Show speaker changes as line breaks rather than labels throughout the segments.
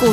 股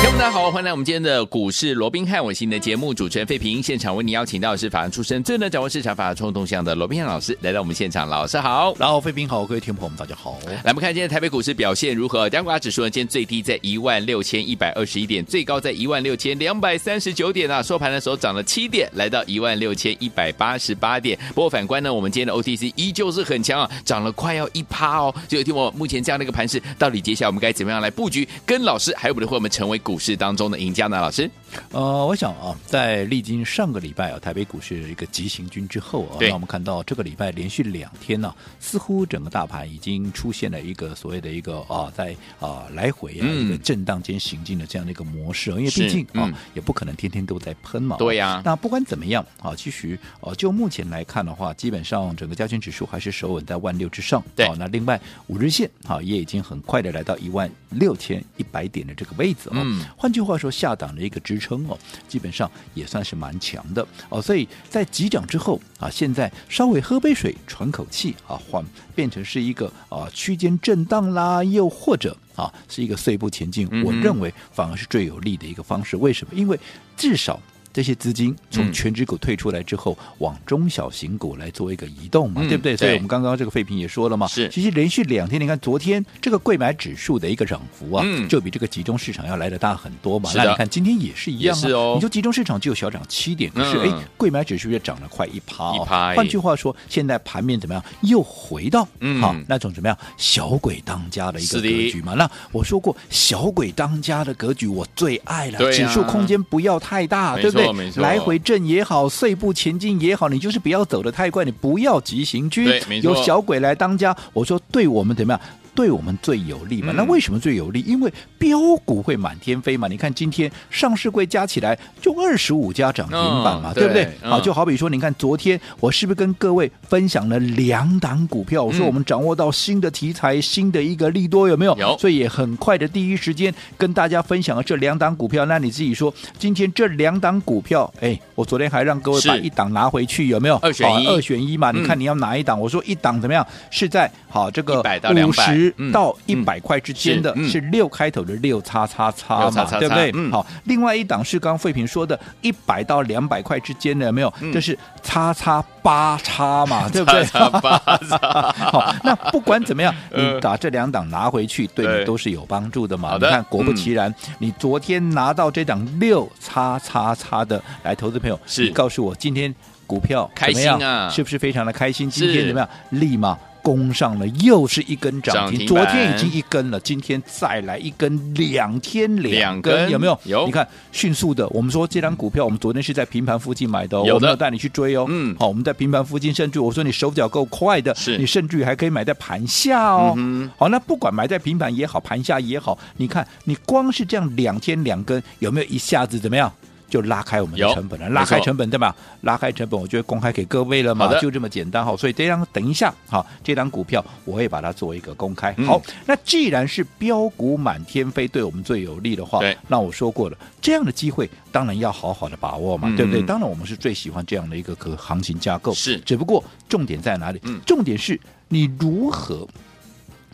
听众大家好，欢迎来我们今天的股市罗宾汉，我是你的节目主持人费平。现场为你邀请到的是法案出身、最能掌握市场法案冲动向的罗宾汉老师，来到我们现场，老师好。
然后，飞兵好，各位听众朋友们，大家好。
来，我们看今天台北股市表现如何？加权指数呢，今天最低在一万六千一百二十一点，最高在一万六千两百三十九点啊。收盘的时候涨了七点，来到一万六千一百八十八点。不过反观呢，我们今天的 OTC 依旧是很强啊，涨了快要一趴哦。所以，听我目前这样的一个盘势，到底接下来我们该怎么样来布局？跟老师还有我们的会员们成为股市当中的赢家呢？老师，
呃，我想啊，在历经上个礼拜啊，台北股市一个急行军之后啊，
对
那我们看到这个礼拜连续两天呢、似乎整个大盘已经出现了一个所谓的一个啊，在啊来回啊、
嗯
一个震荡间行进的这样的一个模式啊，因为
是
毕竟啊、
嗯
也不可能天天都在喷嘛，
对 呀
那不管怎么样啊，其实呃，就目前来看的话，基本上整个加权指数还是守稳在万六之上。啊
对
好那另外五日线啊，也已经很快的来到一万六千一百点的这个位置哦。
嗯
换句话说，下档的一个支撑哦，基本上也算是蛮强的哦。所以在急涨之后啊，现在稍微喝杯水，喘口气啊，缓变成是一个啊区间震荡啦，又或者。啊，是一个碎步前进，
嗯哼
我认为反而是最有利的一个方式。为什么？因为至少这些资金
嗯
从全指股退出来之后，往中小型股来做一个移动嘛，
嗯
对不对？所以
对
我们刚刚这个废品也说了嘛，
是
其实连续两天，你看昨天这个贵买指数的一个涨幅啊，
嗯
就比这个集中市场要来的大很多嘛。
是的
那你看今天也是一样、啊，
也是哦
你就集中市场只有小涨七点，可是
嗯
哎、贵买指数也涨了快一趴、哦，
一趴哎
换句话说，现在盘面怎么样？又回到
嗯
好、那种怎么样小鬼当家的一个
是的
格局嘛。那我说过，小鬼当家的格局我最爱了，
对啊
指数空间不要太大，
没
对不对
错没？错
来回震也好，碎步前进也好，你就是不要走得太快，你不要急行军
对没，错
有小鬼来当家，我说对我们怎么样？对我们最有利嘛？
嗯
那为什么最有利？因为标股会满天飞嘛。你看今天上市柜加起来就二十五家涨停板嘛，
嗯
对不对
对？嗯
好，就好比说，你看昨天我是不是跟各位分享了两档股票？我说
嗯
我们掌握到新的题材、新的一个利多，有没有？
有
所以也很快的第一时间跟大家分享了这两档股票。那你自己说，今天这两档股票，哎，我昨天还让各位
是
把一档拿回去，有没有？
二选一
好二选一嘛。
嗯
你看你要哪一档？我说一档怎么样？是在好这个
100到
五十
嗯
到一百块之间的，
嗯是嗯
是六开头的六叉叉叉嘛，
6
对不对？
嗯
好，另外一档是刚刚费平说的，一百到两百块之间的，有没有？这是叉叉八叉嘛，对不对？
嗯叉叉八叉
好，那不管怎么样，
呃
你把这两档拿回去，对
对
你都是有帮助的嘛。
好的嗯
你看，果不其然，你昨天拿到这档六叉叉叉的，来，投资朋友，
是
你告诉我今天股票
开心啊
怎么样是不是非常的开心？今
是
天怎么样？立马。攻上了，又是一根涨
涨
停。
停
昨
板
天已经一根了，今天再来一根，两天
两
两
根
根，有没有？
有
你看，迅速的，我们说这张股票，我们昨天是在平盘附近买的哦，
有的
我没有带你去追哦。
嗯
好，我们在平盘附近，甚至我说你手脚够快的，
是
你甚至于还可以买在盘下哦。
嗯
好，那不管买在平盘也好，盘下也好，你看你光是这样两天两根，有没有一下子怎么样？就拉开我们的
有
成本了，
没
拉开
错
成本对吧？拉开成本，我就会公开给各位了
好
嘛
的，
就这么简单哈。所以这张等一下好，这张股票我会把它作为一个公开。
嗯
好，那既然是标股满天飞，对我们最有利的话
对，
那我说过了，这样的机会当然要好好的把握嘛，
嗯
对不对？
嗯
当然我们是最喜欢这样的一个可行情架构，
是
只不过重点在哪里？
嗯
重点是你如何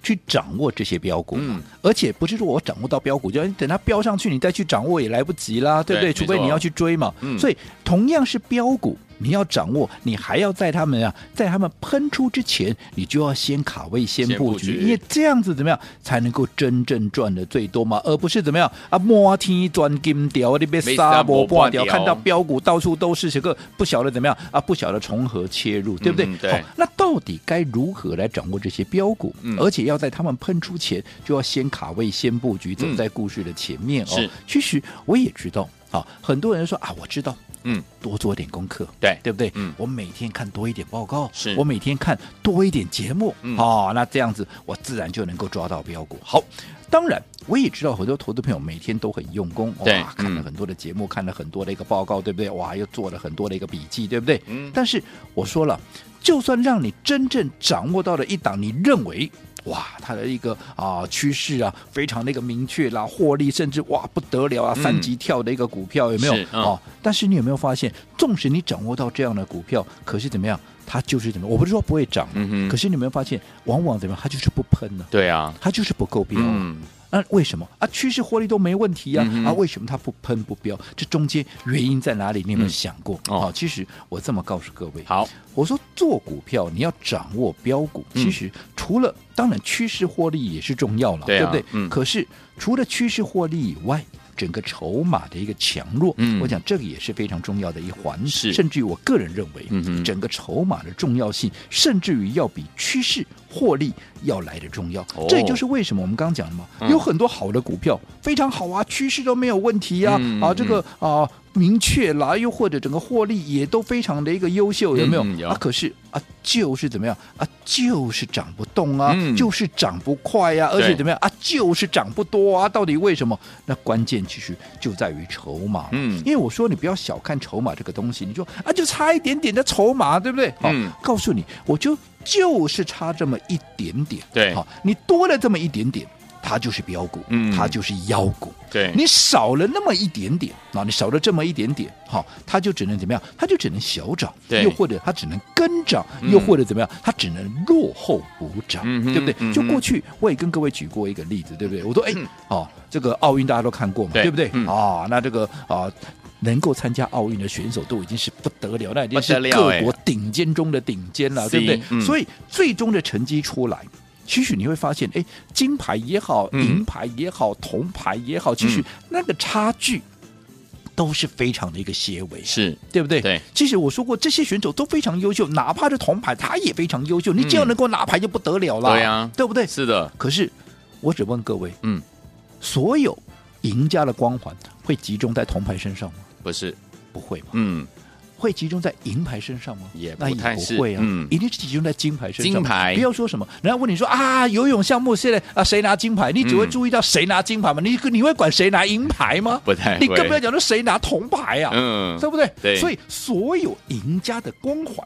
去掌握这些标股嘛。
嗯
而且不是说我掌握到标股，就哎等它飙上去，你再去掌握也来不及啦，对不
对
对？
没错
除非你要去追嘛。
嗯
所以同样是标股。你要掌握，你还要在他们啊，在他们喷出之前，你就要先卡位、先
先布
布局，
局
因为这样子怎么样才能够真正赚的最多嘛，而不是怎么样啊摸天钻金条，你被
被
沙
沙漠
漠挂掉，
啊半条
看到标股到处都是，这个不晓得怎么样啊，不晓得从何切入，对不对？
嗯对
好，那到底该如何来掌握这些标股？
嗯
而且要在他们喷出前，就要先卡位、先布局，走在故事的前面哦。
是
其实我也知道，啊，很多人说啊，我知道。
嗯，
多做点功课，
对
对不对？
嗯
我每天看多一点报告，
是
我每天看多一点节目，
嗯
哦，那这样子我自然就能够抓到标股。好，当然我也知道很多投资朋友每天都很用功，
对
哇，看了
嗯
很多的节目，看了很多的一个报告，对不对？哇，又做了很多的一个笔记，对不对？
嗯
但是我说了，就算让你真正掌握到了一档，你认为。哇，它的一个啊、趋势啊，非常的一个明确啦，获利甚至哇不得了啊，
嗯
三级跳的一个股票有没有
是？嗯
哦，但是你有没有发现，纵使你掌握到这样的股票，可是怎么样，它就是怎么样？我不是说不会涨，
嗯哼
可是你有没有发现，往往怎么样，它就是不喷呢、
对啊，
它就是不够标、啊。
嗯，
那为什么啊？趋势获利都没问题呀、啊，
嗯哼
为什么它不喷不飙？这中间原因在哪里？你有没
嗯
有想过？
哦
好其实我这么告诉各位，
好，
我说做股票你要掌握标股，
嗯
其实除了当然趋势获利也是重要了，
对啊
不对？
嗯
可是除了趋势获利以外。整个筹码的一个强弱，
嗯
我讲这个也是非常重要的一环，
是
甚至于我个人认为，
嗯哼
整个筹码的重要性，甚至于要比趋势获利要来的重要。
哦
这也就是为什么我们刚刚讲的嘛，
嗯
有很多好的股票非常好啊，趋势都没有问题呀、啊，
嗯嗯
这个啊、明确啦，又或者整个获利也都非常的一个优秀，有没有？
嗯嗯有
啊，可是啊，就是怎么样啊，就是涨不动啊，
嗯
就是涨不快呀、而且
对
怎么样啊，就是涨不多啊，到底为什么？那关键其实就在于筹码嘛。
嗯
因为我说你不要小看筹码这个东西，你说啊，就差一点点的筹码，对不对？好
嗯
告诉你，我就就是差这么一点点，
对
好，你多了这么一点点。它就是标股，
嗯
它就是妖股，
对，
你少了那么一点点啊，你少了这么一点点，好、它就只能怎么样？它就只能小涨，
对
又或者它只能跟涨，
嗯
又或者怎么样？它只能落后补涨，
嗯哼
对不对？
嗯哼嗯
就过去我也跟各位举过一个例子，对不对？我说，哎，哦，这个奥运大家都看过嘛，
对
不对？啊、
嗯
那这个啊。能够参加奥运的选手都已经是不得了，那已经是
不得了
各
哎
国顶尖中的顶尖了，对不对
是？嗯
所以最终的成绩出来，其实你会发现，哎，金牌也好，
嗯
银牌也好，铜牌也好，其实
嗯
那个差距都是非常的一个些微，
是
对不对？
对，
其实我说过，这些选手都非常优秀，哪怕是铜牌，他也非常优秀。你只要
嗯
能够拿牌就不得了了，
对啊
对不对？
是的，
可是我只问各位，
嗯，
所有赢家的光环会集中在铜牌身上吗？
不是，
不会嘛？
嗯，
会集中在银牌身上吗？
也不
那也
太是
不会啊，
嗯
一定是集中在金牌身上。
金牌
不要说什么，人家问你说啊，游泳项目现在啊谁拿金牌，你只会
嗯
注意到谁拿金牌吗？你你会管谁拿银牌吗？
不太会，
你更不要讲说谁拿铜牌啊，
嗯，
对不对？
对
所以所有赢家的光环。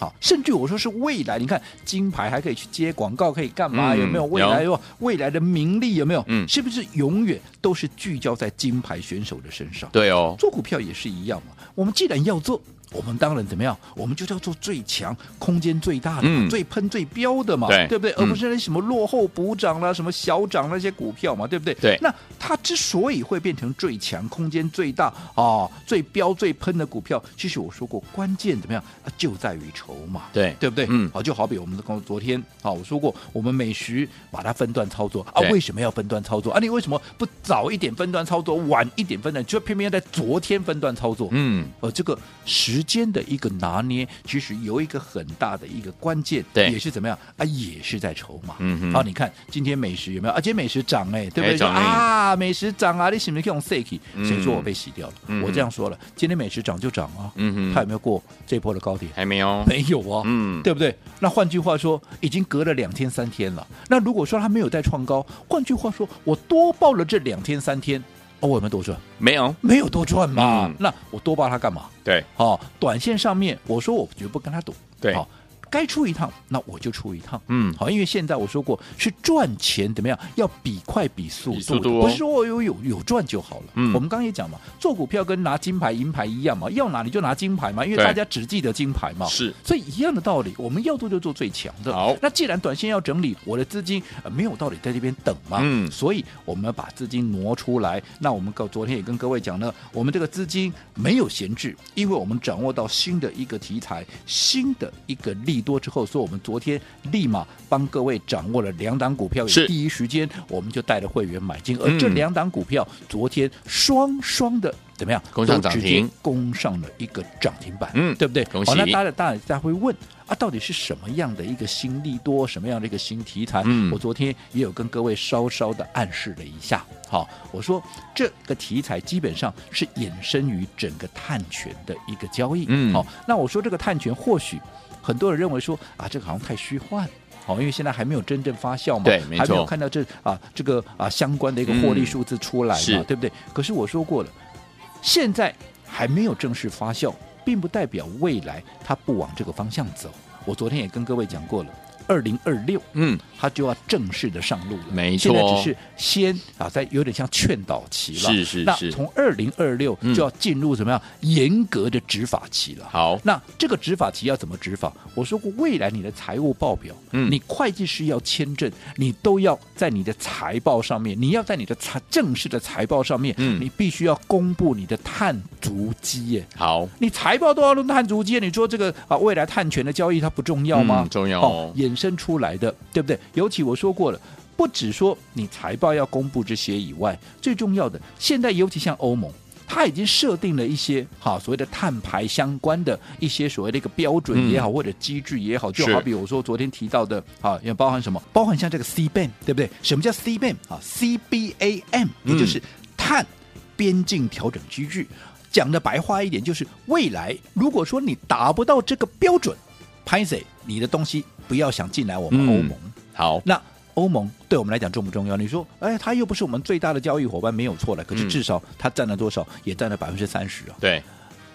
好，甚至我说是未来，你看金牌还可以去接广告，可以干嘛？
嗯
有没有
有
未来？有哦未来的名利有没有？
嗯
是不是永远都是聚焦在金牌选手的身上？
对哦，
做股票也是一样嘛。我们既然要做，我们当然怎么样？我们就叫做最强、空间最大的、
嗯
最喷最标的嘛，
对
不对？
嗯
而不是那些什么落后补涨啦、什么小涨那些股票嘛，对不对？
对
那它之所以会变成最强、空间最大啊、最标、最喷的股票，其实我说过，关键怎么样啊就在于筹码。
对，
对不对？
嗯
好，就好比我们刚昨天，好，我说过，我们美食把它分段操作啊
对，
为什么要分段操作啊？你为什么不早一点分段操作，晚一点分段，就偏偏在昨天分段操作？
嗯，
呃，这个时间的一个拿捏，其实有一个很大的一个关键，
对
也是怎么样啊，也是在筹码。
嗯哼
好、你看今天美食有没有啊？今天美食涨哎、对不
哎
对？
涨哎
啊，美食涨啊，你是不是用 s a k
嗯
谁说我被洗掉了？
嗯
我这样说了，今天美食涨就涨啊，
嗯哼
它有没有过这波的高点？
还没哦有，
没有啊，
嗯，
对不对？那换句话说，已经隔了两天三天了。那如果说它没有再创高，换句话说，我多报了这两天三天，哦，我有没有多赚？
没有，
没有多赚嘛。
嗯
那我多报它干嘛？
对，
哦，短线上面我说我绝不跟他赌，
对
好、该出一趟那我就出一趟，
嗯
好，因为现在我说过是赚钱怎么样，要比快比速
比
度的，
速度哦
不是说我有有有赚就好了。
嗯
我们刚刚也讲嘛，做股票跟拿金牌银牌一样嘛，要拿你就拿金牌嘛，因为
对
大家只记得金牌嘛，
是
所以一样的道理，我们要做就做最强的。
好
那既然短线要整理，我的资金、呃、没有道理在这边等嘛，
嗯
所以我们把资金挪出来。那我们刚昨天也跟各位讲了，我们这个资金没有闲置，因为我们掌握到新的一个题材、新的一个利多之后，所以我们昨天立马帮各位掌握了两档股票，
是
也第一时间我们就带着会员买进，而
嗯
这两档股票昨天双双的怎么样？
攻上
都直
涨
接
停
攻上了一个涨停板，
嗯
对不对？
恭喜
好那大家当然大家会问啊，啊，到底是什么样的一个新利多，什么样的一个新题材？
嗯
我昨天也有跟各位稍稍的暗示了一下。好，我说这个题材基本上是衍生于整个碳权的一个交易。
嗯
好，那我说这个碳权或许很多人认为说啊，这个好像太虚幻。好，因为现在还没有真正发酵嘛，
对没错嗯
还没有看到这啊这个啊相关的一个获利数字出来嘛，
是
对不对？可是我说过了，现在还没有正式发酵，并不代表未来它不往这个方向走。我昨天也跟各位讲过了，二零二六
嗯，
它就要正式的上路了，
没错
现在只是先啊，在有点像劝导期了。
是是
那
是
从二零二六
嗯
就要进入怎么样、严格的执法期了。
好，
那这个执法期要怎么执法？我说过，未来你的财务报表，
嗯
你会计师要签证，你都要在你的财报上面，你要在你的财正式的财报上面，
嗯
你必须要公布你的碳足迹耶。
好，
你财报都要论碳足迹，你说这个啊，未来碳权的交易它不重要吗？
嗯重要哦
衍生出来的，对不对？尤其我说过了。不只说你财报要公布这些以外，最重要的，现在尤其像欧盟，它已经设定了一些哈所谓的碳排相关的一些所谓的一个标准也好，
嗯
或者机制也好，就是好比我说昨天提到的啊，也包含什么？包含像这个 C ban，对不对？什么叫 C ban 啊？CBAM，也就
嗯
是碳边境调整机制。讲的白话一点，就是未来如果说你达不到这个标准 p a y 你的东西不要想进来我们
嗯
欧盟。
好，
那欧盟对我们来讲重不重要？你说，哎，它又不是我们最大的交易伙伴，没有错了。可是
嗯
至少它占了多少？也占了百分之三十啊，
对，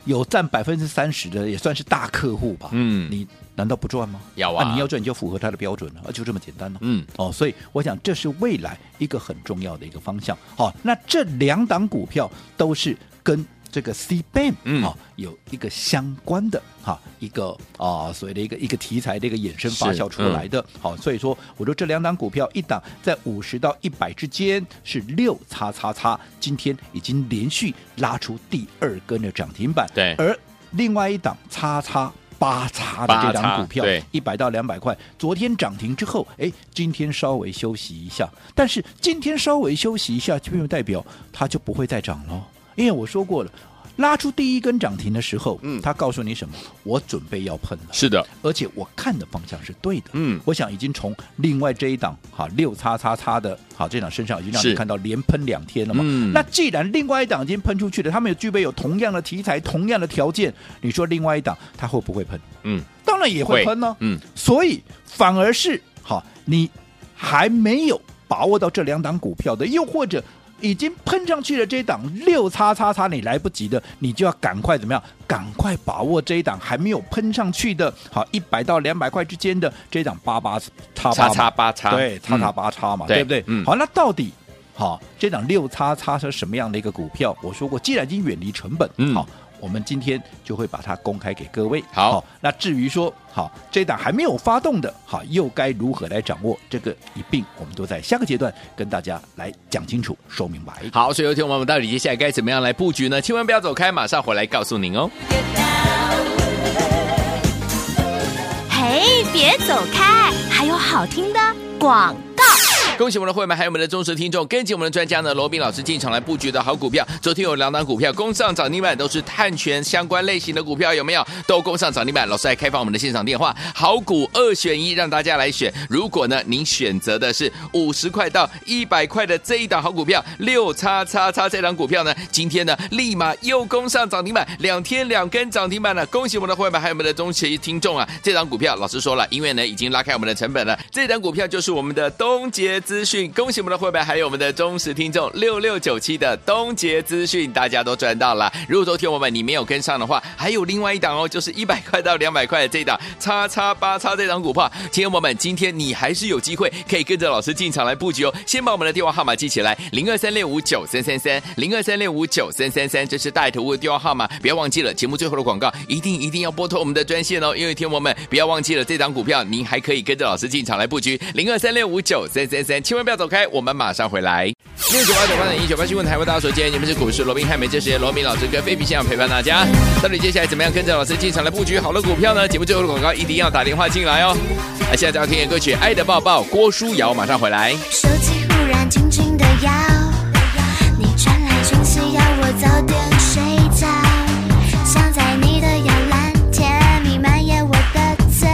有占百分之三十的也算是大客户吧。
嗯
你难道不赚吗？
要啊
你要赚你就符合它的标准了，啊就这么简单了、
嗯，
哦，所以我想这是未来一个很重要的一个方向。好、那这两档股票都是跟这个 C ban
嗯
好、有一个相关的哈、一个啊、所谓的一个一个题材的一个衍生发
是嗯
酵出来的。好、所以说我说这两档股票一档在五十到一百之间是六叉叉叉，今天已经连续拉出第二根的涨停板，
对
而另外一档叉叉。八叉的这档股票，
八叉对
一百到两百块，昨天涨停之后，哎，今天稍微休息一下，但是今天稍微休息一下，并不代表它就不会再涨喽，因为我说过了。拉出第一根涨停的时候，
嗯
他告诉你什么？我准备要喷了，
是的，
而且我看的方向是对的。
嗯
我想已经从另外这一档哈六叉叉叉的哈这档身上已经让
是
你看到连喷两天了嘛。
嗯
那既然另外一档已经喷出去了，他们有具备有同样的题材、同样的条件，你说另外一档它会不会喷？
嗯，
当然也会喷呢、
嗯，
所以反而是好，你还没有把握到这两档股票的，又或者已经喷上去了这档六叉叉叉，你来不及的，你就要赶快怎么样？赶快把握这一档还没有喷上去的，好一百到两百块之间的这一档八八叉
叉
八
叉八叉，
对，叉叉
嗯，
八叉嘛，
对
对不对？
嗯
好，那到底好这档六叉叉是什么样的一个股票？我说过，既然已经远离成本，
嗯
好。我们今天就会把它公开给各位。
好
那至于说好这档还没有发动的，好又该如何来掌握这个一并，我们都在下个阶段跟大家来讲清楚、说明白。
好，所以有听我们到底接下来该怎么样来布局呢？千万不要走开，马上回来告诉您哦。
嘿，别走开，还有好听的广告。
恭喜我们的会员们，还有我们的忠实听众，跟紧我们的专家呢，罗斌老师进场来布局的好股票。昨天有两档股票攻上涨停板，都是碳权相关类型的股票，有没有？都攻上涨停板。老师还开放我们的现场电话，好股二选一，让大家来选。如果呢，您选择的是五十块到一百块的这一档好股票，六叉叉叉这档股票呢，今天呢立马又攻上涨停板，两天两根涨停板了。恭喜我们的会员们，还有我们的忠实听众啊！这档股票老师说了，因为呢已经拉开我们的成本了，这档股票就是我们的东杰资讯。恭喜我们的会员，还有我们的忠实听众六六九七的东杰资讯，大家都赚到了。如果说听我们你没有跟上的话，还有另外一档哦，就是一百块到两百块的这档叉叉八叉这档股票，听友们，今天你还是有机会可以跟着老师进场来布局哦。先把我们的电话号码记起来，零二三六五九三三三，零二三六五九三三三，这是带头的电话号码，不要忘记了。节目最后的广告一定一定要拨通我们的专线哦，因为听友们不要忘记了这档股票，您还可以跟着老师进场来布局，零二三六五九三三三，千万不要走开，我们马上回来。六九八九八点一九八新闻台为大家所见，你们是股市罗宾汉美，这时间罗宾老师跟菲比现场陪伴大家。到底接下来怎么样跟着老师进场来布局好的股票呢？节目最后的广告一定要打电话进来哦。来，现在要听的歌曲《爱的抱抱》，郭书瑶马上回来。
手机忽然轻轻的摇，你传来讯息要我早点睡觉。想在你的摇篮，甜蜜蔓延我的嘴，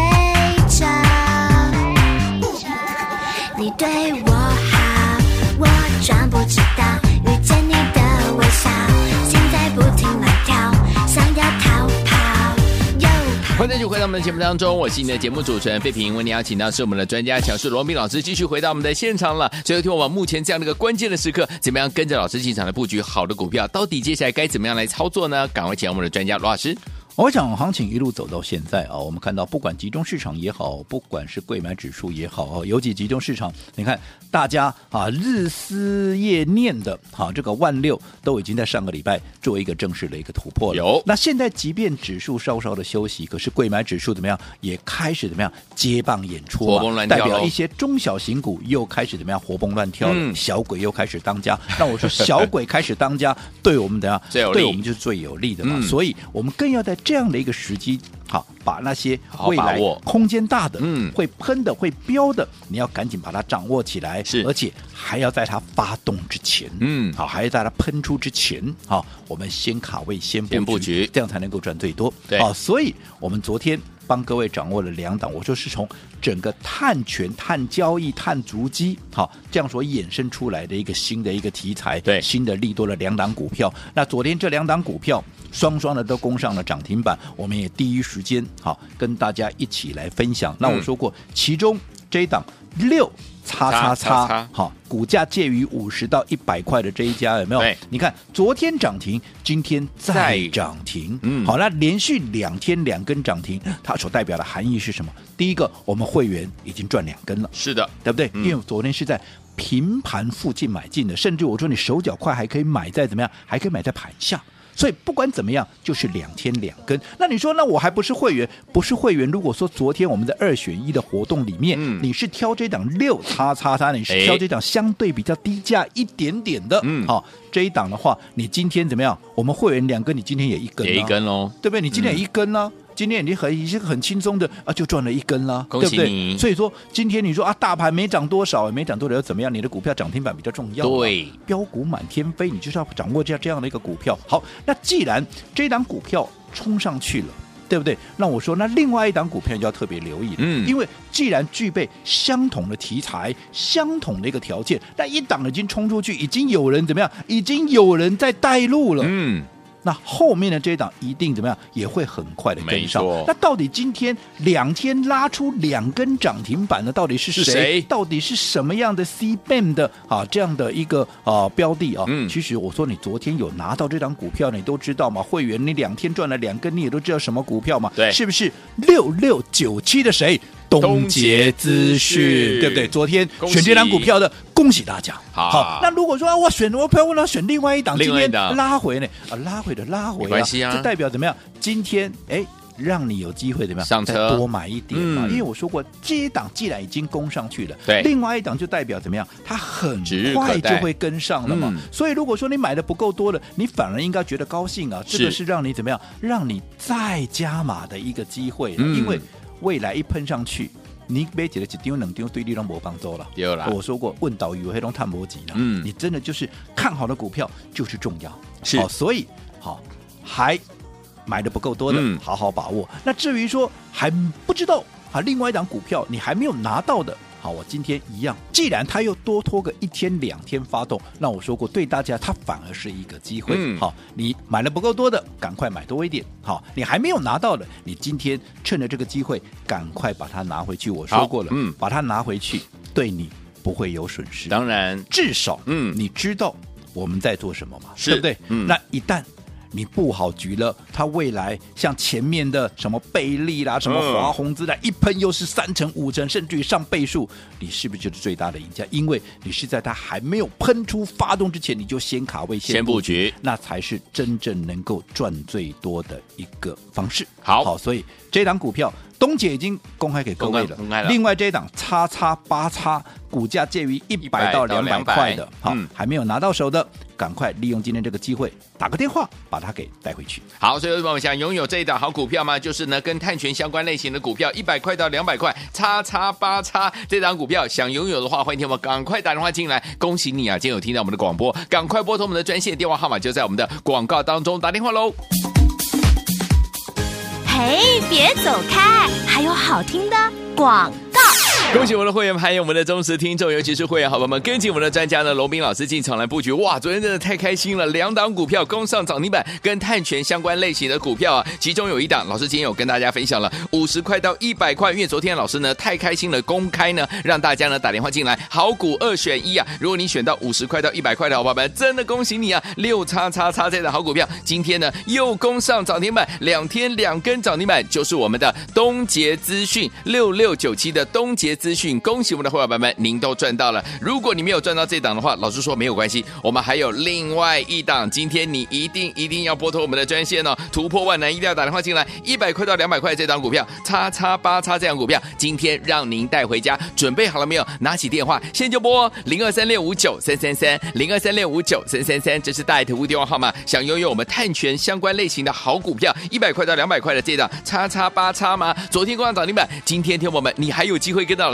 到我们的节目当中，我是你的节目主持人费平，为你邀请到是我们的专家乔氏罗明老师，继续回到我们的现场了。所以，听我们目前这样的一个关键的时刻，怎么样跟着老师进场的布局好的股票，到底接下来该怎么样来操作呢？赶快请我们的专家罗老师。
我想行情一路走到现在啊，我们看到不管集中市场也好，不管是贵买指数也好，哦尤其集中市场，你看大家啊日思夜念的，哈、这个万六都已经在上个礼拜做一个正式的一个突破了。
有
那现在即便指数稍稍的休息，可是贵买指数怎么样，也开始怎么样接棒演出
活
嘛，
蹦乱跳
代表
喽
一些中小型股又开始怎么样活蹦乱跳了，
嗯
小鬼又开始当家。那我说小鬼开始当家，对我 们怎样？
最有利
对我们就是最有利的嘛。
嗯
所以我们更要在这样的一个时机，好把那些
好
未
把
来
握
空间大的、
嗯
会喷的、会飙的，你要赶紧把它掌握起来，
是
而且还要在它发动之前，
嗯
好，还要在它喷出之前，好，我们先卡位，先布局，
先布局
这样才能够赚最多。
对
好，所以我们昨天。帮各位掌握了两档，我说是从整个碳权、碳交易、碳足迹，好这样所衍生出来的一个新的一个题材，
对
新的利多的两档股票。那昨天这两档股票双双的都攻上了涨停板，我们也第一时间好跟大家一起来分享。那我
嗯
说过，其中这一档六叉
叉
叉
叉
叉，好，股价介于五十到一百块的这一家有没有
对？
你看昨天涨停，今天再
再
涨停，
嗯
好，那连续两天两根涨停，它所代表的含义是什么？第一个，我们会员已经赚两根了。
是的，
对不对？
嗯
因为昨天是在平盘附近买进的，甚至我说你手脚快还可以买在怎么样，还可以买在盘下。所以不管怎么样，就是两天两根。那你说，那我还不是会员？不是会员。如果说昨天我们的二选一的活动里面，
嗯
你是挑这档六叉叉叉，你
哎
是挑这档相对比较低价一点点的，
嗯
好、这一档的话，你今天怎么样？我们会员两根，你今天也一根、啊，
给一根喽，
对不对？你今
嗯
天也一根呢、今天已经很已经很轻松的啊，就赚了一根啦，
恭喜
对不
你
对？所以说今天你说啊，大盘没涨多少，没涨多少又怎么样？你的股票涨停板比较重要嘛，
对
标股满天飞，你就是要掌握这样这样的一个股票。好，那既然这档股票冲上去了。对不对？那我说，那另外一档股票就要特别留意了，
嗯
因为既然具备相同的题材、相同的一个条件，那一档已经冲出去，已经有人怎么样？已经有人在带路了，
嗯，
那后面的这一档一定怎么样，也会很快的跟上
没错。
那到底今天两天拉出两根涨停板的，到底是谁？
是谁
到底是什么样的 C b a m 的啊这样的一个啊标的啊？
嗯
其实我说你昨天有拿到这档股票，你都知道嘛。会员你两天赚了两根，你也都知道什么股票嘛？
对
是不是六六九七的谁？
东杰资讯
对不对？昨天
恭喜
选这档股票的，恭喜大家。
好
那如果说啊，我选我朋友问他选另外一档，
另
今
外一
天
档
拉回呢啊，拉回的拉回。
没关系啊
这代表怎么样？今天哎。让你有机会怎么样？
上车
再多买一点嘛，
嗯
因为我说过，这一档既然已经攻上去了，
对
另外一档就代表怎么样？它很
指日可
快
待
就会跟上了嘛。
嗯
所以如果说你买的不够多了，你反而应该觉得高兴啊，这个
是
是让你怎么样？让你再加码的一个机会了，
嗯
因为未来一喷上去，你别觉得一丢两丢对你都没帮助了。
有啦，
我说过，问导游黑龙探摩吉呢，
嗯
你真的就是看好的股票就是重要，
是
好所以好还买的不够多的，
嗯
好好把握。那至于说还不知道啊，另外一档股票你还没有拿到的。好，我今天一样，既然它又多拖个一天两天发动，那我说过，对大家它反而是一个机会。
嗯
好，你买的不够多的，赶快买多一点。好，你还没有拿到的，你今天趁着这个机会，赶快把它拿回去。我
好
说过了，
嗯
把它拿回去，对你不会有损失。
当然
至少，
嗯
你知道我们在做什么嘛，
是
对不对？
嗯
那一旦你布好局了，它未来像前面的什么贝利
嗯
啦、什么华宏资啦，一喷又是三成、五成，甚至于上倍数，你是不是就是最大的赢家？因为你是在它还没有喷出发动之前，你就先卡位、
先布局，
那才是真正能够赚最多的一个方式。
好
所以这档股票，东姐已经公开给各位
公开
了。
公开了
另外这一档叉叉八叉，股价介于一百到
到
两百块
200
的，好、
嗯
还没有拿到手的，赶快利用今天这个机会打个电话把它给带回去。
好，所以我们想拥有这一档好股票吗？就是呢，跟碳权相关类型的股票，一百块到两百块，叉叉八叉这档股票，想拥有的话，欢迎听我们赶快打电话进来。恭喜你啊，今天有听到我们的广播，赶快拨通我们的专线电话号码，就在我们的广告当中打电话喽。
嘿，别走开，还有好听的广告。
恭喜我们的会员，还有我们的忠实听众，尤其是会员好朋友们，跟紧我们的专家呢，龙斌老师进场来布局。哇，昨天真的太开心了，两档股票攻上涨停板，跟碳权相关类型的股票啊，其中有一档，老师今天有跟大家分享了五十块到一百块，因为昨天老师呢太开心了，公开呢让大家呢打电话进来，好股二选一啊，如果你选到五十块到一百块的好朋友们，真的恭喜你啊，六叉叉叉这档好股票，今天呢又攻上涨停板，两天两根涨停板，就是我们的东杰资讯六六九七的东杰资讯，恭喜我们的伙伴们，您都赚到了。如果你没有赚到这档的话，老师说没有关系，我们还有另外一档，今天你一定一定要拨通我们的专线哦，突破万难一定要打电话进来，一百块到两百块这档股票，叉叉八叉这档股票，今天让您带回家，准备好了没有？拿起电话现在就拨零二三六五九三三三零二三六五九三三三，这是大爱投顾电话号码，想拥有我们碳权相关类型的好股票，一百块到两百块的这档叉叉八叉吗？昨天攻上涨停板，今天天我们你还有机会跟着老